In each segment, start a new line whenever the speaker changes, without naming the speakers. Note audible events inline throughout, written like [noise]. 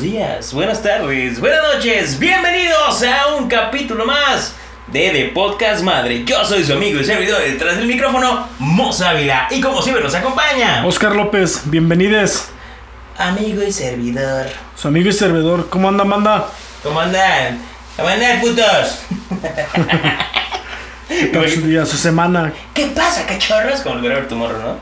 días, buenas tardes, buenas noches, bienvenidos a un capítulo más de The Podcast Madre. Yo soy su amigo y servidor detrás del micrófono, Mos Ávila, y como siempre nos acompaña,
Oscar López, bienvenides.
amigo y servidor.
Su amigo y servidor, ¿cómo anda, manda?
¿Cómo andan? ¿Cómo andan, putos?
¿Qué tal su día, su semana?
¿Qué pasa, cachorros? Como el Whatever Tomorrow, ¿no?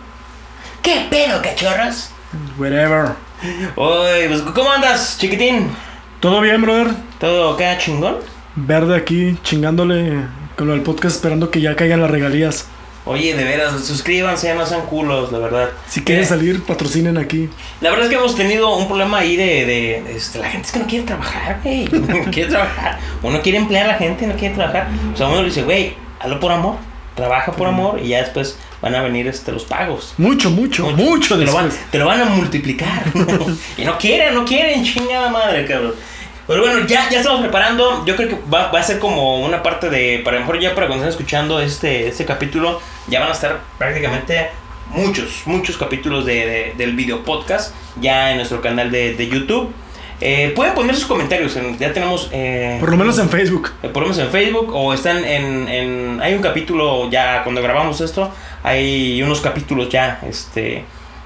¿Qué pedo, cachorros?
Whatever.
Oye, pues, ¿cómo andas, chiquitín?
¿Todo bien, brother?
¿Todo acá chingón?
Verde aquí, chingándole con lo del podcast, esperando que ya caigan las regalías.
Oye, de veras, suscríbanse, no sean culos, la verdad.
Si quieren
Mira,
salir, patrocinen aquí.
La verdad es que hemos tenido un problema ahí de, de, este, la gente es que no quiere trabajar, güey. No quiere trabajar. Uno quiere emplear a la gente, no quiere trabajar. O sea, uno le dice, güey, hazlo por amor, trabaja por amor y ya después van a venir este, los pagos.
Mucho, mucho, mucho,
te, lo van,
después.
te lo van a multiplicar. [laughs] y no quieren, no quieren, chingada madre, cabrón. Pero bueno, ya, ya estamos preparando. Yo creo que va, va a ser como una parte de. Para lo mejor ya para cuando estén escuchando este, este capítulo, ya van a estar prácticamente muchos, muchos capítulos de, de- del video podcast ya en nuestro canal de, de YouTube. Eh, pueden poner sus comentarios. en- ya tenemos. eh,
Por lo menos en Facebook.
eh, ponemos en Facebook o están en, en- Hay un capítulo ya cuando grabamos esto. Hay unos capítulos ya, este.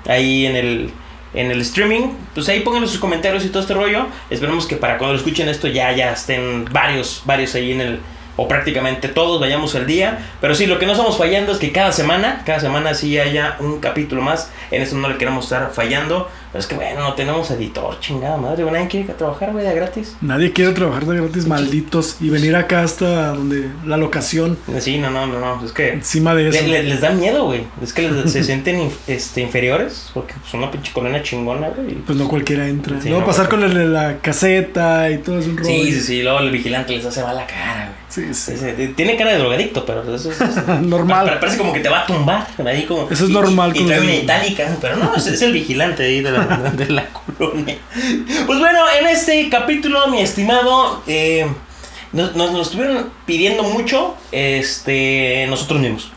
Ahí en el. En el streaming, pues ahí pónganle sus comentarios y todo este rollo. Esperemos que para cuando lo escuchen esto ya, ya estén varios, varios ahí en el. O prácticamente todos vayamos al día. Pero sí, lo que no estamos fallando es que cada semana, cada semana sí haya un capítulo más. En eso no le queremos estar fallando. Pero es que bueno, no tenemos editor, chingada madre. güey, Nadie quiere trabajar, güey, de gratis.
Nadie quiere trabajar de gratis, malditos. Y venir acá hasta donde la locación,
Sí, no, no, no, no. Es que.
encima de
Le-
eso.
le- les da miedo, güey. Es que les- se sienten in- este, inferiores porque pues, son una pinche colonia chingona, güey.
Pues no cualquiera entra.
Sí,
Luego
no,
pasar
güey.
con el de la caseta y todo es un rollo.
Sí, sí, sí. Luego el vigilante les hace mal la cara, güey.
Sí, sí. [laughs]
Ese- eh, Tiene cara de drogadicto, pero eso es. es-
Normal.
pa- pa- Parece como que te va a tumbar. Ahí como,
Eso es
y-
normal
Y,
con
trae
los-
una itálica, pero no, es, es el vigilante ahí de la,
[laughs]
de la colonia. Pues bueno, en este capítulo, mi estimado, eh, nos, nos, nos estuvieron pidiendo mucho este, nosotros mismos.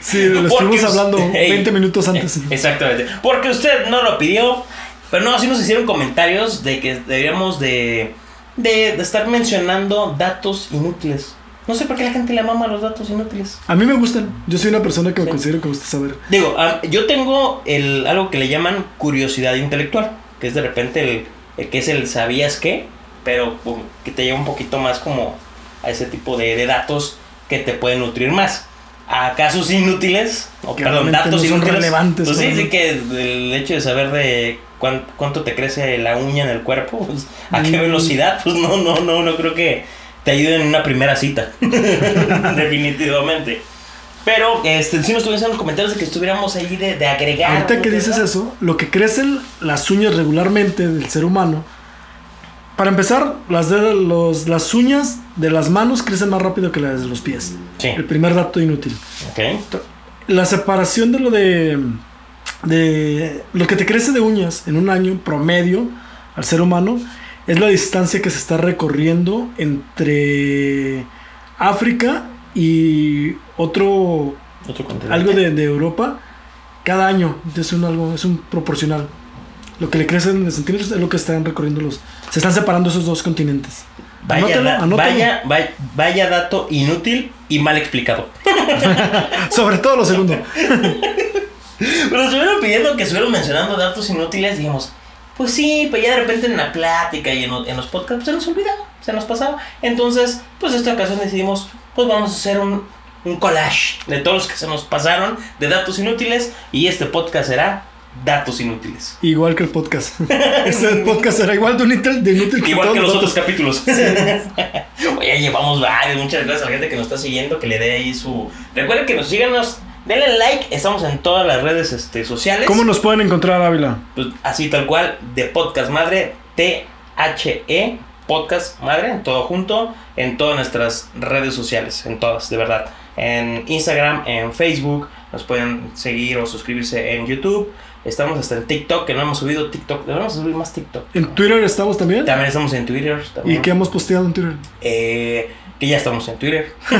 Sí, lo
Porque
estuvimos
us-
hablando
[laughs] Ey. Eh,
20 minutos antes.
Exactamente. Porque usted no lo pidió. Pero no, sí nos hicieron comentarios de que deberíamos de, de, de estar mencionando datos inútiles. No sé por qué la gente le mama los datos inútiles.
A mí me gustan. Yo soy una persona que me
Sí.
considero que me gusta saber.
Digo, ah, yo tengo el, algo que le llaman curiosidad intelectual. Que es de repente el, el que es el sabías qué. Pero pum, que te lleva un poquito más como a ese tipo de, de datos que te pueden nutrir más. A casos inútiles, o
Que
perdón,
realmente
datos
no son
inútiles.
relevantes
Pues sí,
para
sí
mí.
que el hecho de saber de cuán- cuánto te crece la uña en el cuerpo, pues, a qué
Mm.
velocidad, pues no, no, no, no creo que te ayude en una primera cita. [laughs] Definitivamente. Pero este, si nos tuviesen los comentarios de que estuviéramos ahí de, de agregar.
Ahorita
¿no?
que dices eso, lo que crecen las uñas regularmente del ser humano. Para empezar, las, de los, las uñas de las manos crecen más rápido que las de los pies.
Sí.
El primer dato inútil.
Ok.
La separación de lo de, de. Lo que te crece de uñas en un año promedio al ser humano es la distancia que se está recorriendo entre África y otro
Otro contenido.
algo de, de Europa cada año. Es un algo, es un proporcional. Lo que le crece en centímetros es lo que están recorriendo los. Se están separando esos dos continentes.
Vaya,
Anótalo,
da-
anótalo.
vaya, vaya, vaya dato inútil y mal explicado.
Sobre todo lo segundo.
Pero estuvieron pidiendo que estuvieron mencionando datos inútiles, dijimos, pues sí, pues ya de repente en la plática y en, lo- en los podcasts pues, se nos olvidaba, se nos pasaba. Entonces, pues esta ocasión decidimos, pues vamos a hacer un, un collage de todos los que se nos pasaron de datos inútiles y este podcast será datos inútiles.
Igual que el podcast. [laughs] Este podcast era igual de inútil, de inútil que
Igual
todos
que los
los
otros capítulos. [laughs] Oye, ya llevamos varios. Muchas gracias a la gente que nos está siguiendo, que le dé ahí su... Recuerden que nos síganos, denle like. Estamos en todas las redes este, sociales.
¿Cómo nos pueden encontrar, Ávila?
Pues así tal cual, de Podcast Madre, T-H-E, Podcast Madre, en todo junto, en todas nuestras redes sociales, en todas, de verdad. En Instagram, en Facebook, nos pueden seguir o suscribirse en YouTube. Estamos hasta en TikTok, que no hemos subido TikTok. Deberíamos subir más TikTok.
En Twitter estamos también.
También estamos en Twitter.
¿Y
también.
qué hemos posteado en Twitter?
Eh, que ya estamos en Twitter. [laughs]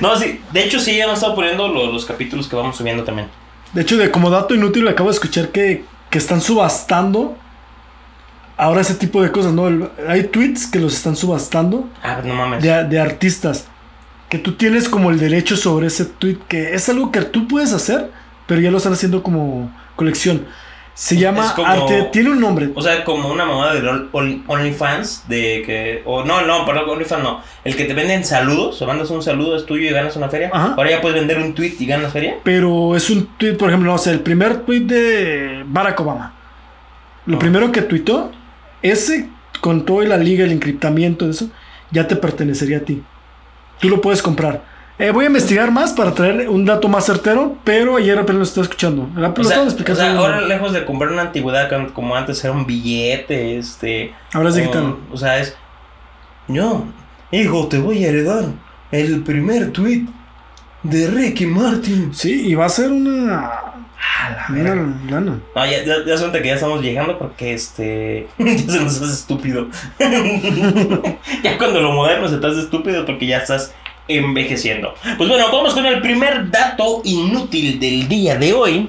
no, sí, de hecho sí, ya nos estado poniendo los, los capítulos que vamos subiendo también.
De hecho, de como dato inútil, acabo de escuchar que, que están subastando ahora ese tipo de cosas, ¿no? El- hay tweets que los están subastando
Ah, no mames.
de, de artistas que tú tienes como el derecho sobre ese tweet, que es algo que tú puedes hacer, pero ya lo están haciendo como colección. Se llama
como-
arte, tiene un nombre.
O sea, como una mamada de Ol- Ol- OnlyFans, de que. O no, no, perdón, OnlyFans no. El que te venden saludos, o mandas un saludo, es tuyo y ganas una feria.
Ajá.
Ahora ya puedes vender un tweet y ganas feria.
Pero es un tweet, por ejemplo, no sé, el primer tweet de Barack Obama. Lo
Ah.
primero que tuitó, ese con todo y la liga, el encriptamiento, eso, ya te pertenecería a ti. Tú lo puedes comprar. Eh, voy a investigar más para traer un dato más certero, pero ayer apenas lo estaba escuchando.
O
Lo
sea, o
estaban explicando.
sea, ahora lejos de comprar una antigüedad con- como antes era un billete, este.
Ahora es
o-
digital.
O sea, es. Yo, hijo, te voy a heredar el primer tweet de Ricky Martin.
Sí, y va a ser una.
Ah, la
Una
verga.
lana.
No, ya, ya, ya suerte que ya estamos llegando porque este. [laughs] ya se nos hace estúpido. [laughs] ya cuando lo moderno se te hace estúpido porque ya estás envejeciendo. Pues bueno, vamos con el primer dato inútil del día de hoy.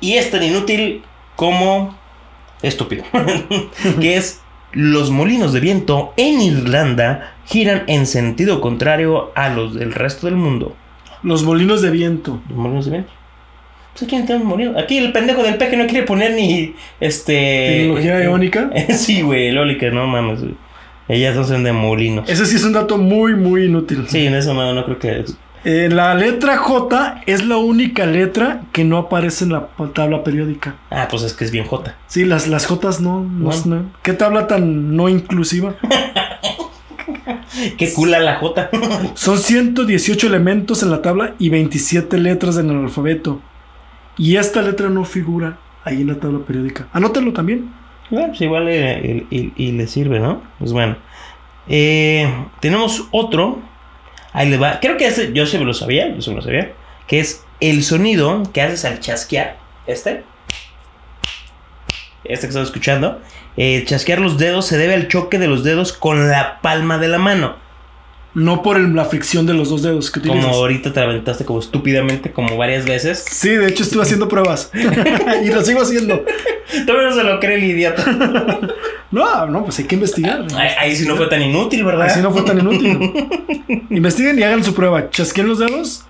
Y es tan inútil como estúpido. [laughs] que es. Los molinos de viento en Irlanda giran en sentido contrario a los del resto del mundo.
Los molinos de viento.
Los molinos de viento. Pues aquí no tenemos molinos. Aquí el pendejo del peje no quiere poner ni este.
Tecnología
[laughs]
iónica.
sí, güey, el Olica, no mames, güey. Ellas no son de molinos.
Ese sí es un dato muy, muy inútil.
Sí, en eso no, no creo que.
Eh, la letra J es la única letra que no aparece en la pa- tabla periódica.
Ah, pues es que es bien Jota.
Sí, las, las Jotas no, no,
Bueno.
no- ¿Qué tabla tan no inclusiva?
Qué cula la Jota.
Son 118 elementos en la tabla y 27 letras en el alfabeto. Y esta letra no figura ahí en la tabla periódica. Anótalo también.
Bueno, pues igual eh, y, y- y le sirve, ¿no? Pues bueno. Eh, tenemos otro. Ahí le va. Creo que este, yo se lo sabía, yo se lo sabía. Que es el sonido que haces al chasquear. Este. Este que estás escuchando. Eh, chasquear los dedos se debe al choque de los dedos con la palma de la mano.
No por el- la fricción de los dos dedos que
Como
utilizas.
ahorita te aventaste como estúpidamente, como varias veces.
Sí, de hecho estuve haciendo pruebas. [laughs] y lo sigo haciendo.
Todavía no se lo cree el idiota.
No, no, pues hay que investigar.
Ahí, ahí sí no fue tan inútil, ¿verdad?
Así no fue
[laughs]
tan inútil. Investiguen y hagan su prueba. Chasquen los dedos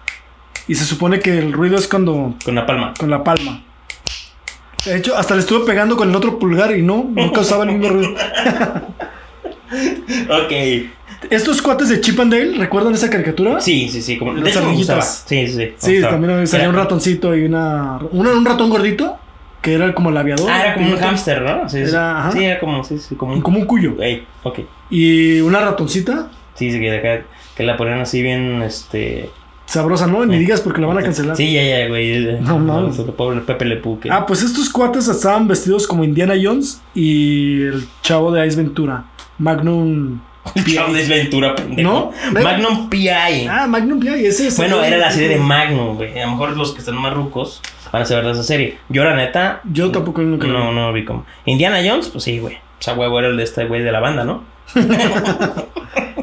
y se supone que el ruido es cuando
Con la palma.
con la palma. De hecho, hasta le estuve pegando con el otro pulgar y no, no causaba el mismo ruido.
Ok.
Estos cuates de Chip and Dale, ¿recuerdan esa caricatura?
Sí, sí, sí. Como,
Las
de hecho, me gustaba.
ardillitas.
Sí, sí, sí. me
Sí,
gustaba.
también salía
Era-
un ratoncito y una, una- un ratón gordito que era como el aviador.
Ah, era como un
piloto,
hámster, ¿no? Sí, sí.
Era, ajá.
sí, era como, sí, sí, como un.
como un cuyo.
Ey, ok.
Y una ratoncita
Sí, sí, que, de acá- que la ponían así bien, este.
sabrosa, ¿no? Ni digas porque la van a cancelar.
Sí, ya, ya, güey.
No mames.
El Pobre Pepe Le Pew, que- [laughs]
Ah, pues estos cuates estaban vestidos como Indiana Jones y el chavo de Ice Ventura. Magnum.
Charles Ventura, pendejo.
¿No?
Magnum PI.
Ah, Magnum P.I. ese es.
Bueno, era la serie de Magnum, güey. A lo mejor los que están más rucos van a saber de esa serie. Yo, la neta.
Yo tampoco
no.
nunca la
No,
vi.
no vi como. Indiana Jones, pues sí, güey. O sea, huevo era el de este güey de la banda, ¿no?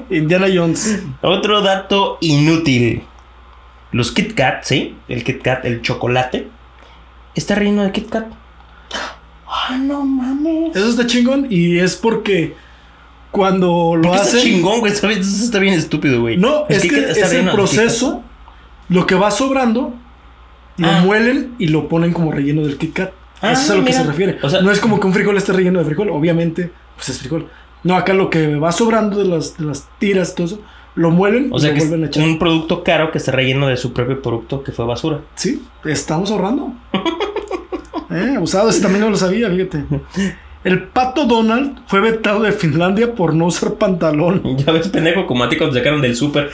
Indiana Jones.
Otro dato inútil. Los Kit Kat, ¿sí? El Kit Kat, el chocolate. Está relleno de Kit Kat. Ah, no mames.
Eso está chingón y es porque cuando lo
¿Por qué está
hacen.
chingón, güey? Está bien- Eso está bien estúpido, güey.
No,
Los
es
Kit
que
Kat está
es el
relleno de Kit Kat.
proceso. Lo que va sobrando, lo
Ah.
muelen y lo ponen como relleno del Kit Kat.
Ah,
Eso es a lo
mira.
que se refiere.
O sea-
no es como que un frijol esté relleno de frijol, obviamente, pues es frijol. No, acá lo que va sobrando de las, de las tiras, todo eso, lo muelen
O
y
sea
lo
que
vuelven a
es
echar.
un producto caro que está relleno de su propio producto que fue basura. [laughs]
Sí, estamos ahorrando. Eh, abusado, ese también no lo sabía, fíjate. El pato Donald fue vetado de Finlandia por no usar pantalón.
Ya ves, pendejo, como a ti cuando sacaron del súper.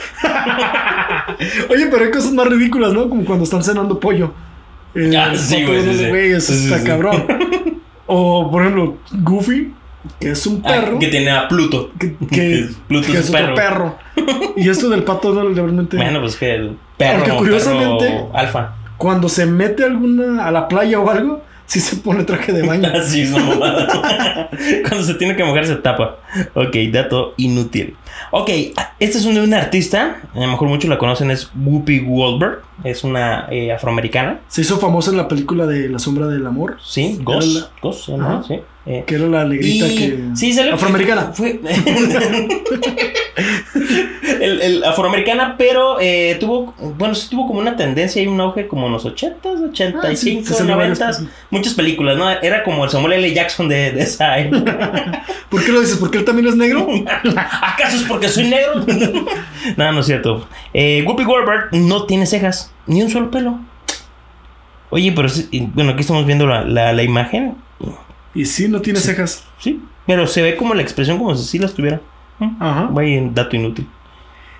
Oye, pero hay cosas más ridículas, ¿no? Como cuando están cenando pollo. Eh,
Ah,
el
sí,
pato
güey, sí,
Donald,
sí.
güey, eso
Sí, sí,
está
sí.
cabrón. O, por ejemplo, Goofy, que es un
Ah,
perro.
que tiene a Pluto. [laughs]
que,
que
que,
es- Pluto
que
es
es otro perro. Y esto del pato Donald, realmente,
Bueno, pues que el perro.
Aunque
perro
curiosamente-
alfa.
cuando se mete alguna a la playa o algo, sí se pone traje de baño.
[laughs] Así es, no mamada. [laughs] Cuando se tiene que mojar se tapa. Ok, dato inútil. Ok, este es un, un artista, a lo mejor muchos la conocen, es Whoopi Goldberg, es una eh, afroamericana,
Se hizo famosa en la película de La Sombra del Amor.
¿sí?
Era
Ghost,
la-
Ghost, se llama,
Ajá.
¿sí? Eh,
Que era la negrita
y-
que.
Sí, [laughs] salió.
Afroamericana.
Fue, [laughs] el, el afroamericana, pero eh, tuvo, bueno, sí tuvo como una tendencia y un auge como en los 80s, 85,
sí, sí, Ah, salió varias
90s.
cosas.
Muchas películas, ¿no? Era como el Samuel L. Jackson de, de esa época.
¿Por qué lo dices? ¿Porque él también es negro?
¿Acaso es porque soy negro? [laughs] no, no es cierto. Eh, Whoopi Goldberg no tiene cejas, ni un solo pelo. Oye, pero sí- y, bueno, aquí estamos viendo la, la- la imagen.
Y sí, no tiene cejas.
Sí, pero se ve como la expresión como si sí las tuviera.
Ajá.
Vaya dato inútil.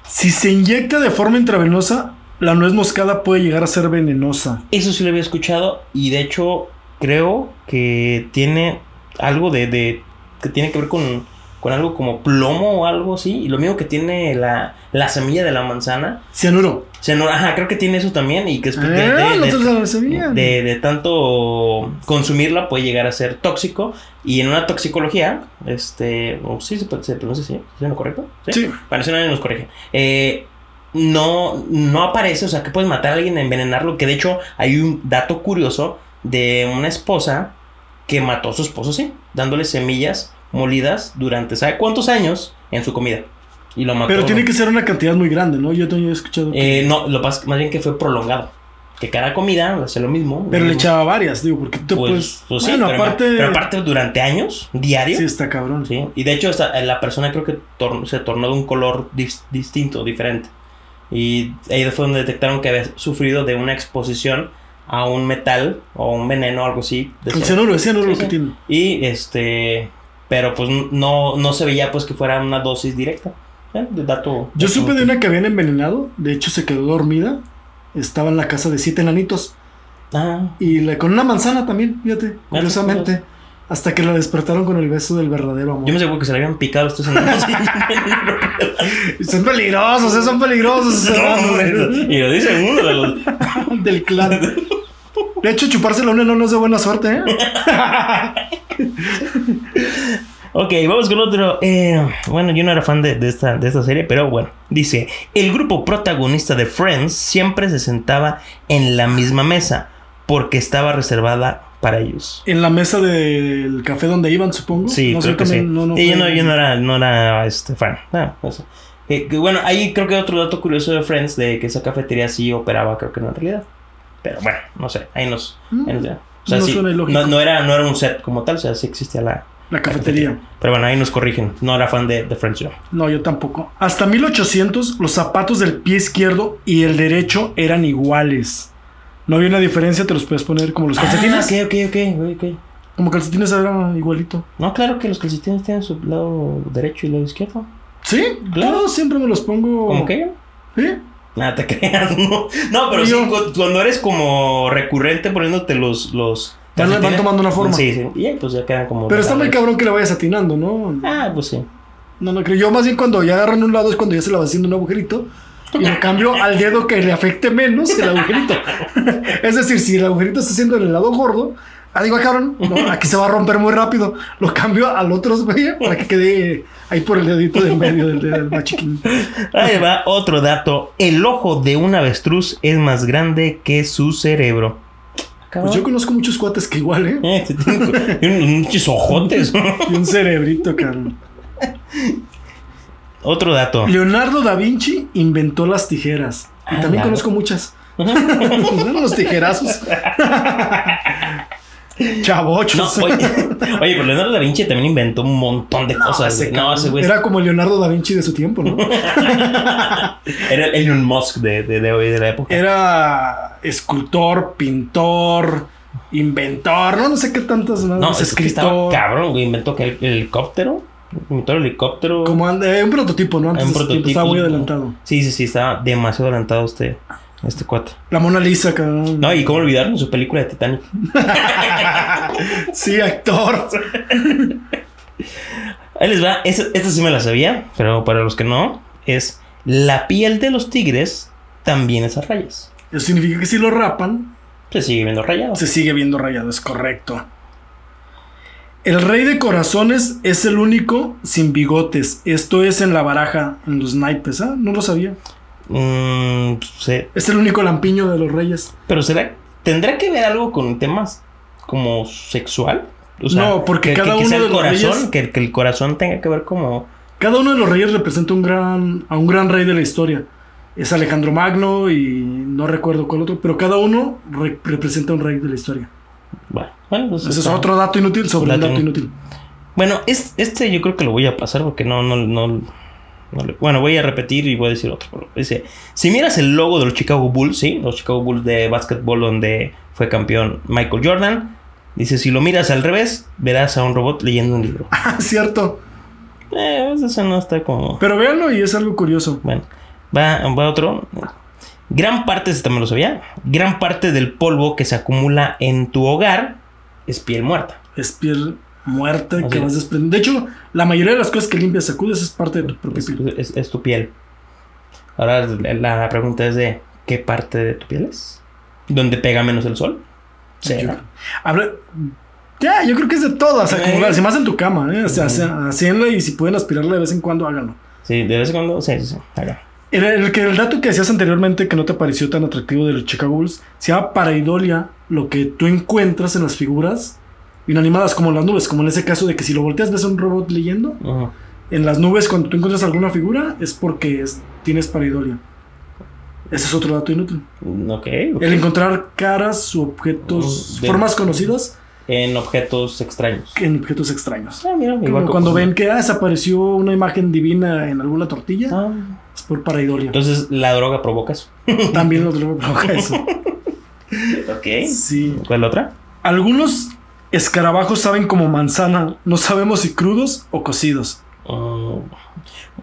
Si se inyecta de forma intravenosa, la nuez moscada puede llegar a ser venenosa.
Eso sí lo había escuchado y de hecho creo que tiene algo de, de- que tiene que ver con, con algo como plomo o algo así. Y lo mismo que tiene la, la semilla de la manzana.
Cianuro.
Se no- ajá, creo que tiene eso también y que después de,
Ah,
de-
no
de-
te lo sabían.
de- de tanto consumirla puede llegar a ser tóxico. Y en una toxicología, este, o sí se, puede- se pronuncia así, ¿sí es lo correcto?
Sí.
Bueno, si no nadie nos corrige. Eh, no, no aparece, o sea, que puedes matar a alguien, envenenarlo. Que de hecho hay un dato curioso de una esposa que mató a su esposo, sí, dándole semillas molidas durante, ¿sabe cuántos años? En su comida. Y lo mató.
Pero tiene que ser una cantidad muy grande, ¿no? Yo también he escuchado. que-
Eh, no, lo pas- más bien que fue prolongado. Que cada comida hace lo mismo.
pero
lo
le
mismo.
echaba varias, digo, porque tú
Pues,
puedes.
pues sí,
bueno,
pero,
aparte.
pero aparte durante años, diario.
sí, está cabrón.
Sí, y de hecho hasta la persona creo que tor- se tornó de un color dis- distinto, diferente. Y ahí fue donde detectaron que había sufrido de una exposición a un metal o un veneno algo así. de
El
ese-
cianuro, el cianuro
Sí,
lo que
sí.
tiene.
Y este, pero pues no, no se veía pues que fuera una dosis directa. Eh, de dato.
Yo
dato
supe de
útil.
una que habían envenenado, de hecho se quedó dormida. Estaba en la casa de siete enanitos.
Ah,
Y la- con una manzana también, fíjate, curiosamente. Hasta que la despertaron con el beso del verdadero amor.
yo me seguro que se le habían picado estos enanos.
[laughs] Son peligrosos, eh, son peligrosos
[laughs]
esos enanos,
y lo dice uno de los.
[laughs] del clan. De hecho, chuparse la una no es de buena suerte, ¿eh?
Ok, vamos con otro. Eh, bueno, yo no era fan de, de esta, de esta serie, pero bueno. Dice, el grupo protagonista de Friends siempre se sentaba en la misma mesa porque estaba reservada para ellos.
En la mesa del café donde iban, supongo.
Sí,
no, sé,
creo que
también
sí.
no, no
Sí, yo,
fue-
no, yo no era, no era este, fan. No, no sé. Eh, que bueno, ahí creo que otro dato curioso de Friends, de que esa cafetería sí operaba, creo que no en realidad. Pero bueno, no sé, ahí nos...
Mm,
ahí nos lleva. o sea,
No
sí,
suena ilógico.
no, no era, no era un set como tal, o sea, sí existía la...
La cafetería.
Pero bueno, ahí nos corrigen. No era fan de, de Friends yo.
No, yo tampoco. Hasta 1800, los zapatos del pie izquierdo y el derecho eran iguales. No había una diferencia, te los puedes poner como los calcetines.
Ah, ok, ok, ok, ok.
Como calcetines era igualito.
No, claro que los calcetines tienen su lado derecho y lado izquierdo.
Sí,
Claro.
claro, siempre me los pongo.
¿Cómo que?
Sí.
Nada, te [laughs] creas, no. No, pero sí,
Yo-
cu- cuando eres como recurrente poniéndote los. los
Van- van
calcetines,
tomando una forma.
Sí, sí. Y ahí, pues ya quedan como.
Pero está muy
regalados.
cabrón que la vayas atinando, ¿no?
Ah, pues sí.
No, no creo. Yo más bien cuando ya agarran un lado es cuando ya se la va haciendo un agujerito. Y lo cambio al dedo que le afecte menos el agujerito. [laughs] es decir, si el agujerito está haciendo en el lado gordo, ah, digo, ah, cabrón, no, aquí se va a romper muy rápido. Lo cambio al otro güey, para que quede ahí por el dedito de en medio del dedo del más chiquín. Pues
Ahí va otro dato. El ojo de un avestruz es más grande que su cerebro.
Pues yo conozco muchos cuates que igual, ¿eh?
Eh, te tiene cu- tiene unos muchos ojotes.
Y un cerebrito, cabrón.
Otro dato.
Leonardo da Vinci inventó las tijeras. Y
Ah,
también
claro.
conozco muchas. Eran [laughs]
[laughs]
los tijerazos.
No, [laughs]
Chavochos.
oye, oye, pero Leonardo da Vinci también inventó un montón de cosas. güey. No, ese güey
Era como el Leonardo da Vinci de su
[laughs]
tiempo, ¿no?
Era el Elon Musk de, de, de hoy, de la época.
Era escultor, pintor, inventor, no, no sé qué tantas más.
no, es que estaba
escritor.
cabrón, güey. Inventó que el, el helicóptero. Inventó el helicóptico.
Como and- eh, un prototipo, ¿no? Antes
Un
de su tiempo,
prototipo.
estaba muy adelantado.
Sí, sí, sí, estaba demasiado adelantado este, este cuate.
La Mona Lisa, cabrón.
No, y cómo olvidarnos su película de Titanic.
Sí, actor.
Ahí les va, esta, esta sí me la sabía, pero para los que no, es la piel de los tigres también es a rayas.
Eso significa que si lo rapan,
Se sigue viendo rayado.
se sigue viendo rayado, es correcto. El rey de corazones es el único sin bigotes. Esto es en la baraja, en los naipes. Ah, no lo sabía.
Mm, sé,
Es el único lampiño de los reyes.
pero será, tendrá que ver algo con temas como sexual. O sea,
No, porque
que,
cada
que- que
uno
sea
de
el
los
corazón,
reyes-
que, que el corazón tenga que ver como...
Cada uno de los reyes representa un gran, a un gran rey de la historia. Es Alejandro Magno y no recuerdo cuál otro, pero cada uno re- representa un rey de la historia.
Bueno, bueno pues,
Ese es
está-
otro dato inútil sobre un
Dato
dato
inú-
inútil. [laughs]
Bueno, es, este yo creo que lo voy a pasar porque no, no, no, no le- Bueno, voy a repetir y voy a decir otro. pero Dice, si miras el logo de los Chicago Bulls, ¿sí? Los Chicago Bulls de básquetbol donde fue campeón Michael Jordan. Dice, si lo miras al revés, verás a un robot leyendo un libro.
Ah, Cierto.
Eh, pues, eso no está como...
Pero véanlo y es algo curioso.
Bueno, va, va otro. Gran parte, este también lo sabía, gran parte del polvo que se acumula en tu hogar es piel muerta.
Es piel muerta
Así
que
es.
vas desprendiendo. De hecho, la mayoría de las cosas que limpias, sacudes, es parte de tu propia
Es,
piel.
es- es tu piel. Ahora la pregunta es de qué parte de tu piel es. ¿Dónde pega menos el sol?
Yo-
Será.
Habla- Ya, yo creo que es de todas.
Eh.
acumular, si más en tu cama, ¿eh? O sea,
Ujú.
sea- hacenla y si pueden aspirarla de vez en cuando, háganlo.
Sí, de vez en cuando. Sí, sí, sí, acá.
El, el que, el dato que decías anteriormente que no te pareció tan atractivo de los Chicago Bulls se llama paraidolia, lo que tú encuentras en las figuras inanimadas como en las nubes, como en ese caso de que si lo volteas ves a un robot leyendo.
Ujú.
En las nubes cuando tú encuentras alguna figura es porque es- tienes paraidolia. Ese es otro dato inútil.
Mm, Ok. ok.
El encontrar caras u objetos,
Oh, de-
formas conocidas
En objetos extraños.
en objetos extraños.
Ah, mira, igual
Como
que-
cuando ven que ah, desapareció una imagen divina en alguna tortilla,
Ah,
es por paraidolia.
entonces la droga provoca eso. [laughs]
También lo provoca eso.
Ok.
Sí.
¿Cuál otra?
Algunos escarabajos saben como manzana, no sabemos si crudos o cocidos.
Oh.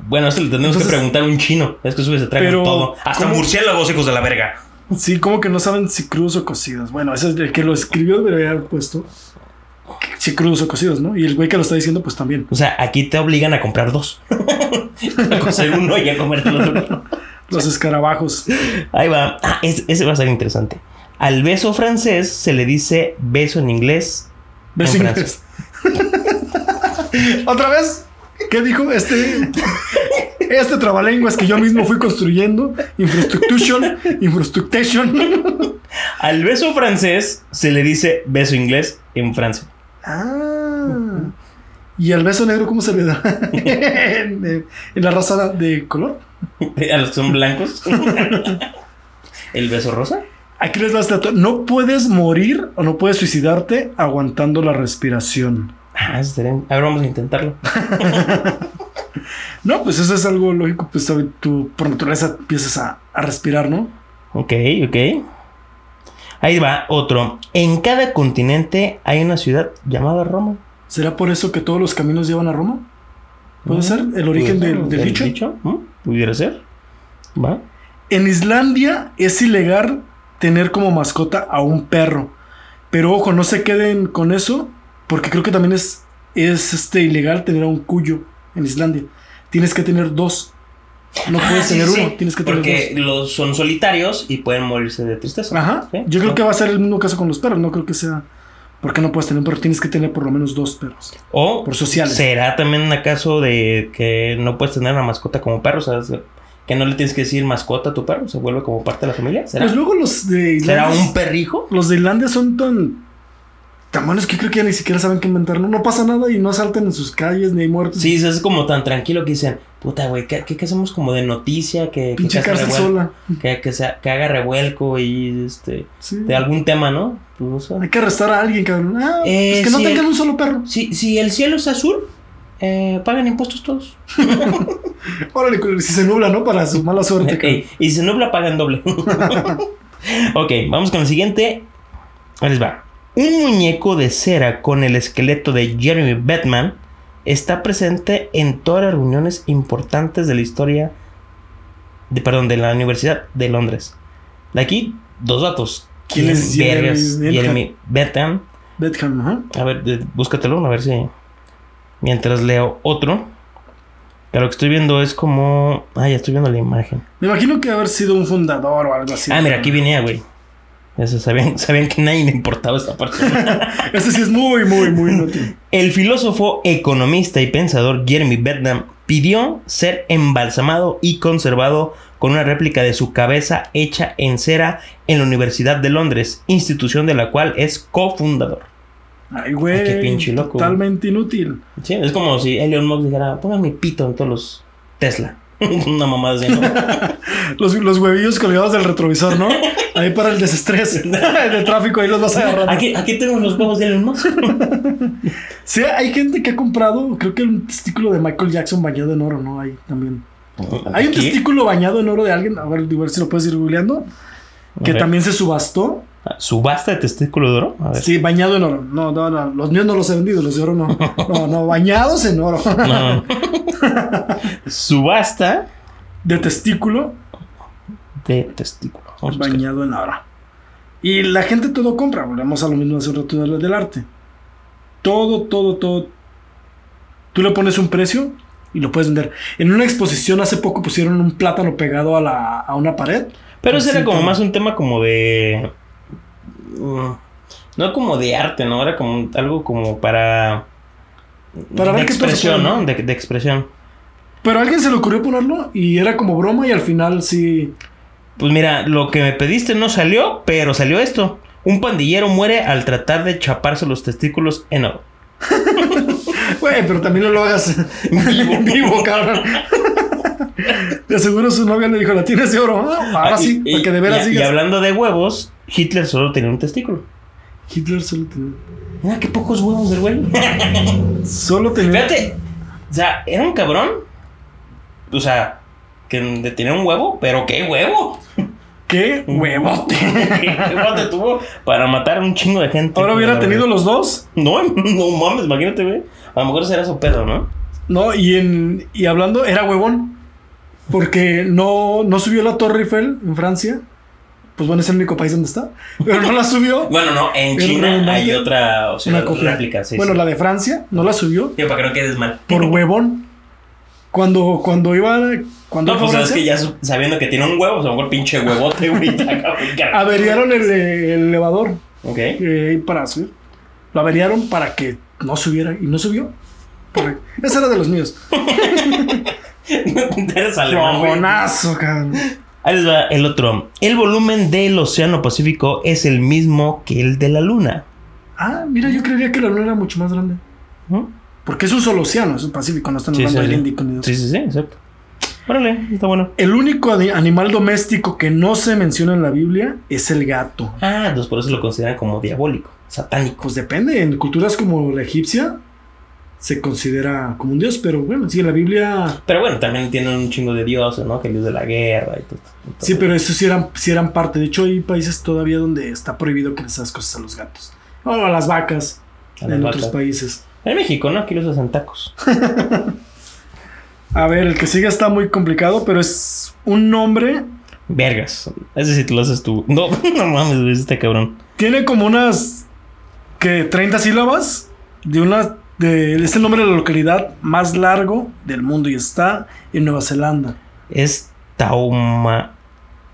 Bueno, esto le tenemos que
Entonces-
preguntar a un chino. Es que ustedes se traen
Pero,
todo. Hasta
¿cómo?
murciélagos, hijos de la verga.
Sí, como que no saben si crudos o cocidos. Bueno, ese es el que lo escribió debería haber puesto si crudos o cocidos, ¿no? Y el güey que lo está diciendo, pues también.
O sea, aquí te obligan a comprar dos. [laughs] a coser uno y a comer el otro.
Los escarabajos.
Ahí va. Ah, es- ese va a ser interesante. Al beso francés se le dice beso en inglés.
Beso
En
inglés. [laughs] Otra vez, ¿qué dijo este? Este trabalenguas que yo mismo fui construyendo, infrastructure, infrastructation.
Al beso francés se le dice beso inglés en Francia. [laughs]
Ah. ¿Y el beso negro cómo se le da? [laughs] ¿En, en- en la raza de color?
A los que son blancos. [laughs] el beso rosa.
Aquí les va este dato. No puedes morir o no puedes suicidarte aguantando la respiración.
Ah, ese sería- A ver, vamos a intentarlo.
No, pues eso es algo lógico. Pues sabe, tú por naturaleza empiezas a, a respirar, ¿no?
Ok, ok. Ahí va otro. En cada continente hay una ciudad llamada Roma.
¿Será por eso que todos los caminos llevan a Roma? ¿Puede
Mm,
ser el origen
puede
del-
ser,
del dicho?
¿Mm? Pudiera ser. Va.
En Islandia es ilegal tener como mascota a un perro. Pero ojo, no se queden con eso, porque creo que también es, es este, ilegal tener a un cuyo en Islandia. Tienes que tener dos. No
Ah,
puedes
sí,
tener
sí,
uno,
sí,
tienes que
Porque
tener
los son solitarios y pueden morirse de
dos.
tristeza.
Ajá.
¿Sí?
Yo creo
¿No?
que va a ser el mismo caso con los perros. No creo que sea porque no puedes tener un perro. Tienes que tener por lo menos dos perros.
O
Por sociales.
será también un caso de que no puedes tener una mascota como perro, o sea, es- que no le tienes que decir mascota a tu perro, se vuelve como parte de la familia. ¿Será,
Pues luego los de
¿Será
Islandia.
un perrijo?
Los de Islandia son tan. Tan buenos que creo que ya ni siquiera saben qué inventar. No, no pasa nada y no saltan en sus calles ni hay muertos.
Sí, es como tan tranquilo que dicen, puta, güey, ¿qué, qué, qué hacemos como de noticia? Que, que,
Pinche
haga
cárcel
revuel-
sola.
que, que sea- que haga revuelco y este,
Sí.
de algún tema, ¿no? Pues, no sé.
Hay que arrestar a alguien, cabrón. Ah,
Eh,
pues que no
sí,
tengan
el-
un solo perro.
Si, si el cielo es azul, eh, pagan impuestos todos.
Órale, culero, si se nubla, ¿no? Para su mala suerte, cabrón.
Ok, Y si se nubla, pagan
[laughs]
doble. ok, vamos con el siguiente. Ahí les va. Un muñeco de cera con el esqueleto de Jeremy Batman está presente en todas las reuniones importantes de la historia. De, perdón, de la Universidad de Londres. De aquí, dos datos.
¿Quién es
vergas
Jeremy
Jeremy Batman?
Betham, ajá.
A ver, de- búscatelo, a ver si. Mientras leo otro. Que lo que estoy viendo es como. Ah, ya estoy viendo la imagen.
Me imagino que haber sido un fundador o algo así.
Ah, mira, aquí venía, güey. Eso, sabían, [laughs] sabían que nadie le importaba esta parte. [laughs]
Este sí es muy, muy, muy inútil.
El filósofo, economista y pensador Jeremy Bentham pidió ser embalsamado y conservado con una réplica de su cabeza hecha en cera en la Universidad de Londres, institución de la cual es cofundador.
Ay, güey.
Ay, qué pinche loco, güey.
Totalmente inútil.
Sí, es como si Elon Musk dijera, pongan mi pito en todos los Tesla. [laughs] Una mamada así, ¿no?
[laughs] Los, los huevillos colgados del retrovisor,
[laughs]
¿no? Ahí para el desestrés de tráfico, ahí los vas agarrando.
aquí, aquí tengo los huevos de Elon Musk.
Sí, hay gente que ha comprado, creo que un testículo de Michael Jackson bañado en oro, ¿no? Ahí también. Hay un
Aquí.
testículo bañado en oro de alguien, a ver, a ver si lo puedes ir googleando, que
Ok.
también se subastó.
Ah, ¿Subasta de testículo de oro? A ver.
Sí, bañado en oro. No, no, no, los míos no los he vendido, los de
[laughs]
oro no. No, no, bañados en oro.
No. [laughs] Subasta
De testículo
de testículo. Vamos a buscar.
bañado en oro. Y la gente todo compra, volvemos a lo mismo hace un rato de lo del arte. Todo, todo, todo. Tú le pones un precio y lo puedes vender. En una exposición hace poco pusieron un plátano pegado a, la, a una pared.
Pero ese
Así
era como
todo.
más un tema como de... mm, No como de arte, ¿no? Era como un- algo como para...
Para
de
ver qué todos
expresión, ¿no?
pueden-
De, de expresión.
Pero a alguien se le ocurrió ponerlo y era como broma y al final sí.
Pues mira, lo que me pediste no salió, pero salió esto. Un pandillero muere al tratar de chaparse los testículos en oro.
Güey, pero también no lo hagas
[laughs]
vivo, vivo, cabrón. De seguro su novia le dijo, la tienes de oro. Ah, ahora
Ah,
sí,
y- y-
porque de
y-
veras
y,
digas.
hablando de huevos, Hitler solo tenía un testículo.
Hitler solo tenía.
Mira qué pocos huevos del güey.
[laughs] Solo tenía.
Fíjate, o sea, era un cabrón. O sea, que de tener un huevo, pero qué huevo. [laughs]
¡Qué huevote!
¿Qué huevo te tuvo para matar a un chingo de gente?
Ahora hubiera
La
tenido
verdad.
los dos.
No, [laughs] no mames, imagínate, güey. A lo mejor será su pedo, ¿no?
No, y en. Y hablando, era huevón. Porque no, no subió la Torre Eiffel en Francia. Pues bueno, es el único país donde está. Pero no la subió.
Bueno, no, en
Pero
China
redundante.
hay otra, o sea,
Una
otra
copia.
réplica, sí.
bueno,
sí.
la de Francia no la subió.
Digo, para que no pues, quedes mal.
por huevón. Cuando, cuando iba. Cuando
No,
iba a
pues sabes
Francia,
que ya su- sabiendo que tiene un huevo, pues, a lo mejor pinche huevote, güey. [laughs] ya, cabrón, ya.
[laughs] averiaron el, el elevador
Ok. [laughs]
eh, para subir. Lo averiaron para que no subiera y no subió. Porque Esa era de los míos.
Eres alemán, güey.
Rojonazo, cabrón.
Ahí les va el otro. El volumen del Océano Pacífico es el mismo que el de la Luna.
Ah, mira, yo creería que la luna era mucho más grande.
¿no?
Porque es un solo océano, es un Pacífico, no están
Sí,
hablando
sí,
del
sí.
Índico. ni de-
Sí, sí, sí, exacto. Órale, está bueno.
El único ani- animal doméstico que no se menciona en la Biblia es el gato.
Ah, pues por eso lo consideran como diabólico, satánico.
Pues depende, en culturas como la egipcia se considera como un dios, pero bueno, sí, en la Biblia
Pero bueno, también tienen un chingo de dioses, ¿no? Que el dios de la guerra y todo. todo.
Sí, pero eso sí eran, sí eran parte. De hecho, hay países todavía donde está prohibido que les hagas cosas a los gatos. O a las vacas
A
en
las
otros
vacas.
países.
En México, ¿no? Aquí los hacen tacos.
A ver, el que sigue está muy complicado, pero es un nombre.
Vergas. Ese sí te lo haces tú. [laughs] No, no mames, güey, este cabrón.
Tiene como unas. que 30 sílabas. De una. De, es el nombre de la localidad más largo del mundo y está en Nueva Zelanda.
Es Tauma.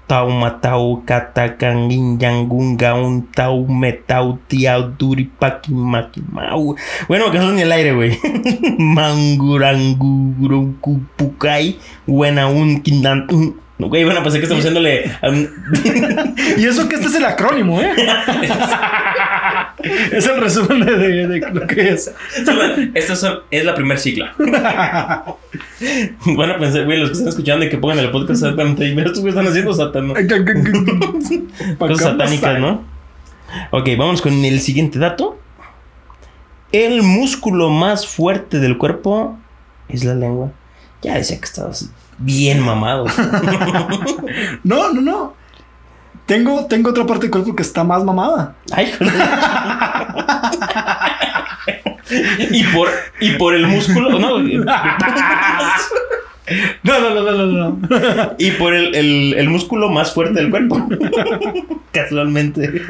Tauma, Tau, Katakan, Yangunga, un Tau, Metau, Tiau, Duripaki, Maki, Mau. Bueno, que son en el aire, güey. [laughs] Mangurangu, Pukai, Wenaun, Kindantun. Güey, bueno, pensé que estamos haciéndole. a un- [laughs]
Y eso que este es el acrónimo, ¿eh? es el resumen de, de- de lo que es.
Esta es- es la primer sigla. Bueno, pensé, güey, los que están escuchando y que pongan el podcast Satan, y mira, estos güeyes están haciendo Satan. Cosas satánicas, ¿no? Ok, vamos con el siguiente dato. El músculo más fuerte del cuerpo es la lengua. Ya decía que estabas bien mamado.
No, no, no. Tengo, tengo otra parte del cuerpo que está
[laughs]
más mamada.
Ay, joder. y, por, y por el músculo, no.
No, no, no, no, no, no.
Y por el, el- el músculo más fuerte del cuerpo. [laughs] Casualmente. [laughs]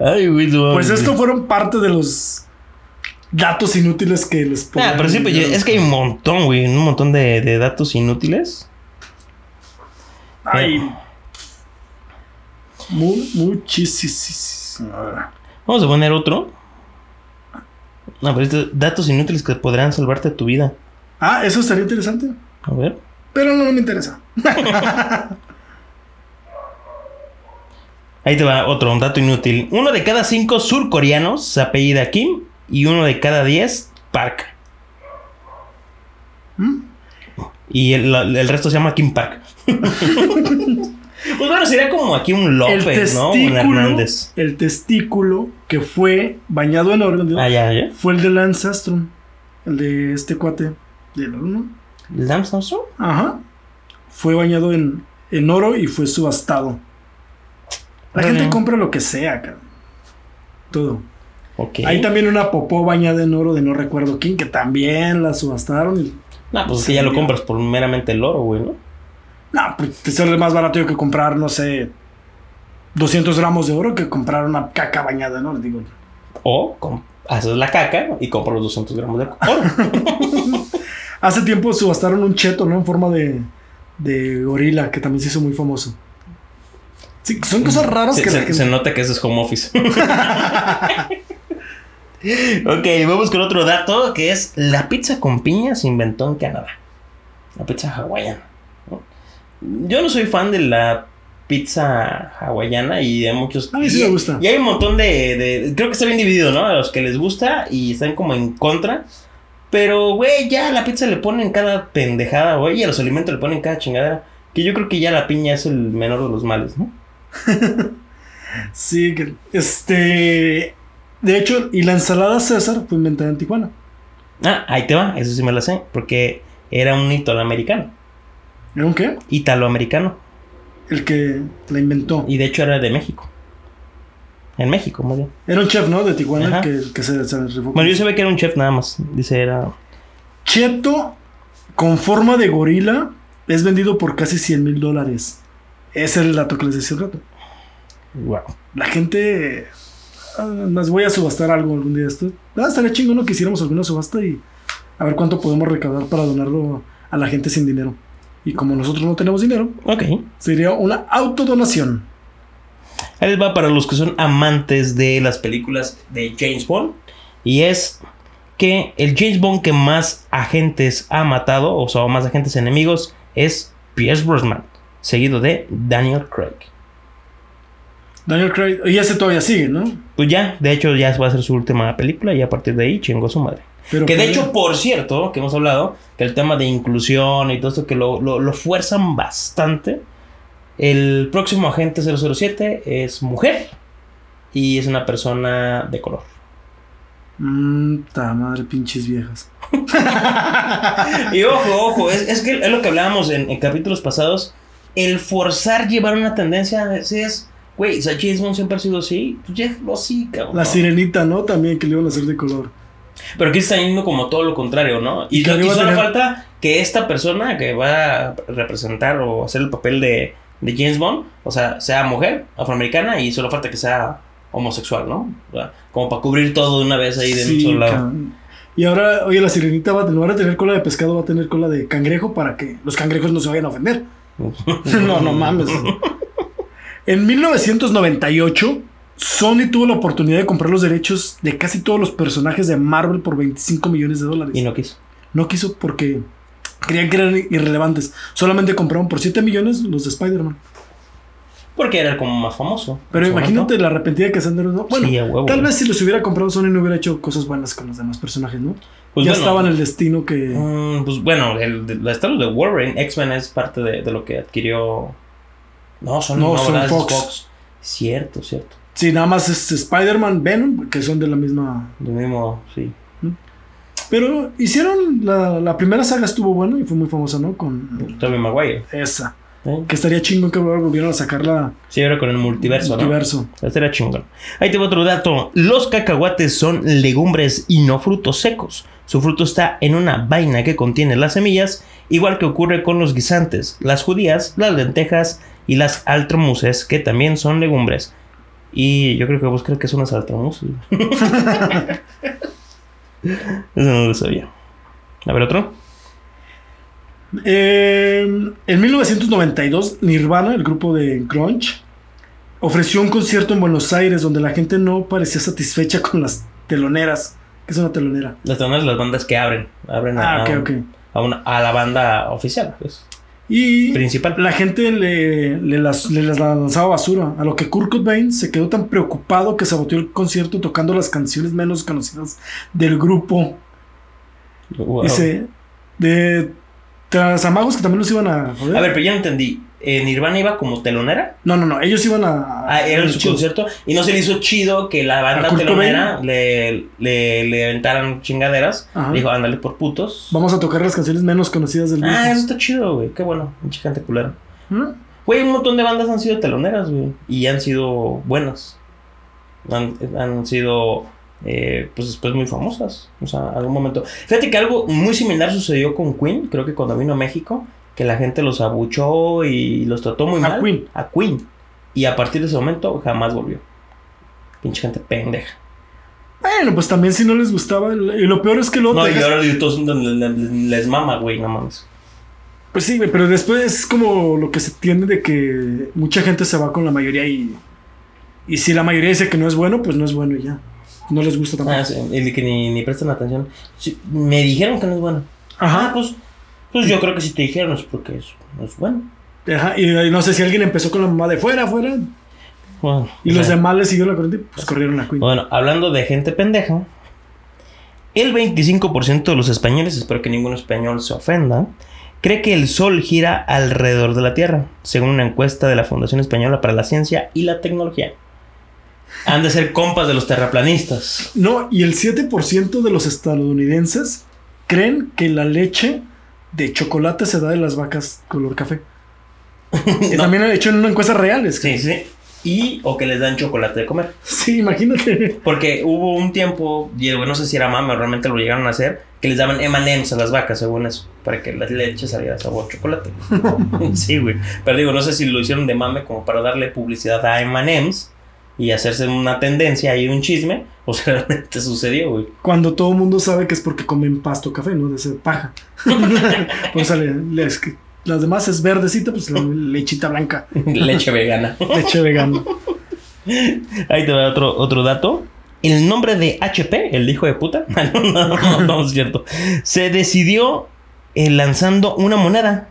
Ay, güey, no
Pues
mames.
esto fueron parte de los datos inútiles que les pongo.
Ah, pero sí, pues, es que hay un montón, güey. Un montón de, de datos inútiles.
Ay. Mu- muchísis-
Vamos a poner otro. No, pero este- datos inútiles que podrán salvarte tu vida.
Ah, eso estaría interesante.
A ver.
Pero no, no me interesa.
Ahí te va otro, un dato inútil. Uno de cada cinco surcoreanos se apellida Kim y uno de cada diez Park.
¿Mm?
Y el, el resto se llama Kim Park. [laughs] pues bueno, sería como aquí un
El
López, ¿no? Un
testículo,
Hernández.
el testículo que fue bañado en órgano
Ah, ya, ya.
fue el de Lance Armstrong, el de este cuate del alumno.
¿Lance Armstrong?
Ajá. Fue bañado en, en oro y fue subastado. La
Órale.
gente compra lo que sea, cabrón. Todo.
Ok.
Hay también una popó bañada en oro de no recuerdo quién, que también la subastaron. y-
No, pues es que ya lo compras por meramente el oro, güey, ¿no?
No, pues te sale más barato yo que comprar, no sé, 200 gramos de oro que comprar una caca bañada en oro. Digo,
O com- haces la caca y compras los 200 gramos de oro.
hace tiempo subastaron un cheto, ¿no? En forma de, de gorila, que también se hizo muy famoso. Sí, son cosas raras
Mm, se,
que la
se-
gente-
se nota que ese es home
[laughs]
office. ok, vamos con otro dato que es la pizza con piña se inventó en Canadá. La pizza hawaiana. ¿no? Yo no soy fan de la pizza hawaiana y hay muchos...
A mí sí
y-
me gusta.
Y hay un montón de, de- Creo que está bien dividido, ¿no? A los que les gusta y están como en contra. Pero, güey, ya a la pizza le ponen cada pendejada, güey. Y a los alimentos le ponen cada chingadera. Que yo creo que ya la piña es el menor de los males, ¿no?
Sí, que- este. De hecho, y la ensalada César fue inventada en Tijuana.
Ah, ahí te va, eso sí me la sé, porque era un italoamericano,
¿Era un qué?
italoamericano,
El que la inventó.
y de hecho era de México. En México, muy bien.
Era un chef, ¿no? De Tijuana,
Ajá.
el que, el que se, se rifó.
Bueno, yo sabía que era un chef nada más, dice era...
Cheto con forma de gorila es vendido por casi 100 mil dólares. Ese era el dato que les decía un rato.
Wow.
La gente. ah, Más voy a subastar algo algún día. Esto. Ah, estaría chingón ¿no? que hiciéramos alguna subasta y a ver cuánto podemos recaudar para donarlo a la gente sin dinero. Y como nosotros no tenemos dinero,
Ok.
sería una autodonación.
Ahí les va para los que son amantes de las películas de James Bond. Y es que el James Bond que más agentes ha matado, o sea, más agentes enemigos, es Pierce Brosnan, seguido de Daniel Craig.
Daniel Craig, y ese todavía sigue, ¿no?
Pues ya, de hecho ya va a ser su última película y a partir de ahí chingó su madre.
Pero
Que de
pues,
hecho, por cierto, que hemos hablado, que el tema de inclusión y todo esto que lo, lo- lo fuerzan bastante. El próximo agente 007 es mujer y es una persona de color.
mm, ta madre, pinches viejas.
Y ojo, ojo, es, es que es lo que hablábamos en, en capítulos pasados. El forzar llevar una tendencia a veces, güey, o sea, James Bond siempre ha sido así, pues déjalo así, cabrón.
La sirenita, ¿no? También que le iban a hacer de color.
Pero aquí está yendo como todo lo contrario, ¿no? Y,
Y que
aquí
arriba
solo
tener-
falta que esta persona que va a representar o hacer el papel de, de James Bond, o sea, sea mujer, afroamericana, y solo falta que sea homosexual, ¿no? O sea, Como para cubrir todo de una vez ahí de un
Sí,
solo lado.
cabrón. Y ahora, oye, la sirenita va a, no va a tener cola de pescado, va a tener cola de cangrejo para que los cangrejos no se vayan
[laughs]
a ofender. no, no mames. En 1998, Sony tuvo la oportunidad de comprar los derechos de casi todos los personajes de Marvel por 25 millones de dólares.
Y no quiso.
No quiso porque creían que eran irrelevantes. Solamente compraron por 7 millones los de Spider-Man.
Porque era como más famoso.
Pero
En su
imagínate
momento.
la arrepentida que se han dado, ¿no? Bueno,
Sí, a huevo,
tal
güey.
vez si los hubiera comprado Sony no hubiera hecho cosas buenas con los demás personajes, ¿no?
Pues
ya
bueno,
estaba en el destino que...
mm, pues bueno, el, de- la estatua de Warren, X-Men es parte de, de lo que adquirió. No, son,
No,
no,
son
¿verdad? Es
Fox.
Cierto, cierto.
Sí, nada más es Spider-Man, Venom, que son de la misma...
Lo mismo, sí.
Pero hicieron... La, la primera saga estuvo buena y fue muy famosa, ¿no? Con
Tobey Maguire.
esa.
¿eh?
Que estaría chingo que ahora volvieran a sacar la...
Sí, ahora con el multiverso, ¿no?
Multiverso.
Este era chingón. Ahí te va otro dato. Los cacahuates son legumbres y no frutos secos. Su fruto está en una vaina que contiene las semillas, igual que ocurre con los guisantes, las judías, las lentejas y las altromuses, que también son legumbres. Y yo creo que vos crees que son las altromuses. [laughs] Eso no lo sabía. A ver, otro.
Eh, en 1992, Nirvana, el grupo de grunge, ofreció un concierto en Buenos Aires donde la gente no parecía satisfecha con las teloneras. ¿Qué es una telonera?
Las son las bandas que abren. Abren a,
Ah, ok, ok.
a una- a la banda oficial. pues.
Y
Principal.
la gente le, le las, le las lanzaba basura, a lo que Kurt Cobain se quedó tan preocupado que saboteó el concierto tocando las canciones menos conocidas del grupo.
Wow.
Dice, de tras amagos que también los iban a joder.
A ver, pero ya no entendí. Eh, ¿Nirvana iba como telonera?
No, no, no, ellos iban a...
Ah, era su
chido.
concierto. Y no se le hizo chido que la
¿A
banda
Kurt
telonera le, le, le aventaran chingaderas.
Ajá.
Dijo, ándale por putos.
Ah. Vamos a tocar las canciones menos conocidas del grupo.
Ah, eso está chido, güey. Qué bueno. Un chicante culero.
¿Mm?
Güey, un montón de bandas han sido teloneras, güey. Y han sido buenas. Han, han sido, eh, pues después muy famosas. O sea, algún momento. Fíjate que algo muy similar sucedió con Queen, creo que cuando vino a México, que la gente los abuchó y los trató muy
A
mal.
Queen.
A Queen. Y a partir de ese momento jamás volvió. Pinche gente pendeja.
Bueno, pues también si no les gustaba. el- y lo peor es que luego
No,
te
y
dejas-
ahora YouTube les mama, güey, no mames.
Pues sí, güey, pero después es como lo que se tiende de que mucha gente se va con la mayoría y. Y si la mayoría dice que no es bueno, pues no es bueno y ya. No les gusta tampoco.
Ah, sí, el que ni, ni prestan atención. Sí, me dijeron que no es bueno. Ah,
Ajá,
pues, pues yo creo que si te dijeron es porque es, es bueno.
ajá. Y, y no sé si alguien empezó con la mamá de fuera, fuera.
Bueno,
Y
o
los
sea,
demás le siguieron la corriente y pues corrieron a Queen.
bueno, hablando de gente pendeja, el 25% de los españoles, espero que ningún español se ofenda, cree que el Sol gira alrededor de la Tierra, según una encuesta de la Fundación Española para la Ciencia y la Tecnología. Han de ser compas de los terraplanistas.
No, y el 7% de los estadounidenses creen que la leche de chocolate se da de las vacas
[laughs]
color café. Que
No,
también han hecho en una encuesta real. Es que,
Sí, sí. Y o que les dan chocolate de comer.
sí, imagínate.
Porque hubo un tiempo, y eh, no sé si era mame o realmente lo llegaron a hacer, que les daban M&M's a las vacas, según eso, para que la leche saliera sabor chocolate. sí, güey. Pero digo, no sé si lo hicieron de mame como para darle publicidad a M&M's y hacerse una tendencia y un chisme, o si [laughs] realmente sucedió, güey.
Cuando todo el mundo sabe que es porque comen pasto café, ¿no? De
[laughs]
ese paja. pues sale, les- que las demás es verdecita, pues la lechita blanca,
Leche vegana.
leche vegana.
Ahí te va otro, otro dato. El nombre de HP, el hijo de puta, [laughs] no, no, no, no es cierto, se decidió eh, lanzando una moneda.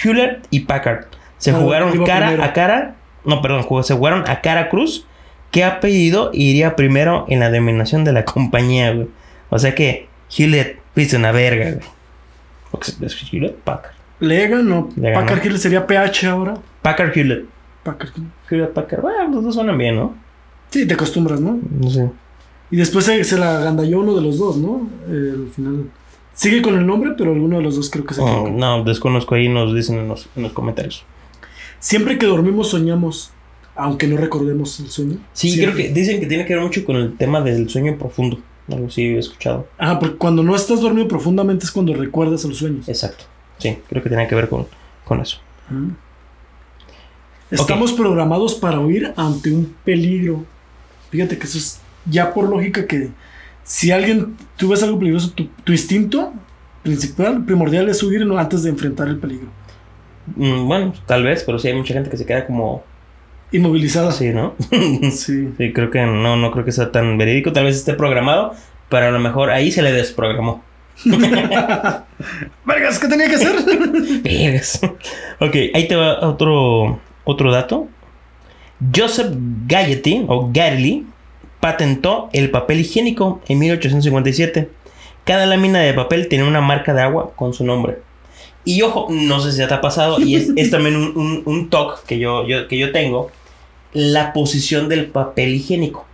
Hewlett y Packard se
No,
jugaron
iba
cara
primero.
a cara, no, perdón, jugó- se jugaron a cara a cruz. ¿Qué apellido iría primero en la denominación de la compañía, güey? O sea que Hewlett fuiste una verga, güey. Porque se- es Hewlett Packard.
Le ganó.
Le ganó.
Packard Hill sería PH ahora.
Packard Hewlett.
Packard Hill.
Hewlett Packard. Bueno, los dos suenan bien, ¿no?
Sí, te acostumbras, ¿no?
No sé.
Y después se, se la agandalló uno de los dos, ¿no? Eh, al final. Sigue con el nombre, pero alguno de los dos creo que se
Oh,
equivoca.
no, desconozco ahí, nos dicen en los, en los comentarios.
Siempre que dormimos soñamos, aunque no recordemos el sueño.
Sí,
Siempre.
creo que dicen que tiene que ver mucho con el tema del sueño profundo. Algo sí he escuchado.
Ajá, porque cuando no estás dormido profundamente es cuando recuerdas los sueños.
Exacto. Sí, creo que tiene que ver con, con eso.
Ajá. Estamos programados para huir ante un peligro. Fíjate que eso es ya por lógica que si alguien, tú ves algo peligroso, tu, tu instinto principal, primordial es huir no, antes de enfrentar el peligro.
Mm, bueno, tal vez, pero sí hay mucha gente que se queda como
Inmovilizada.
así, ¿no? [laughs]
Sí.
Sí, creo que no, no creo que sea tan verídico. Tal vez esté programado, pero a lo mejor ahí se le desprogramó.
Vergas, ¿qué tenía
[laughs]
que hacer?
Vergas. [laughs] ok, ahí te va otro, otro dato. Joseph Gallety, o Gately, patentó el papel higiénico en 1857. Cada lámina de papel tenía una marca de agua con su nombre. Y ojo, no sé si ya te ha pasado, y es, es también un, un, un toque que yo, yo, que yo tengo, la posición del papel higiénico.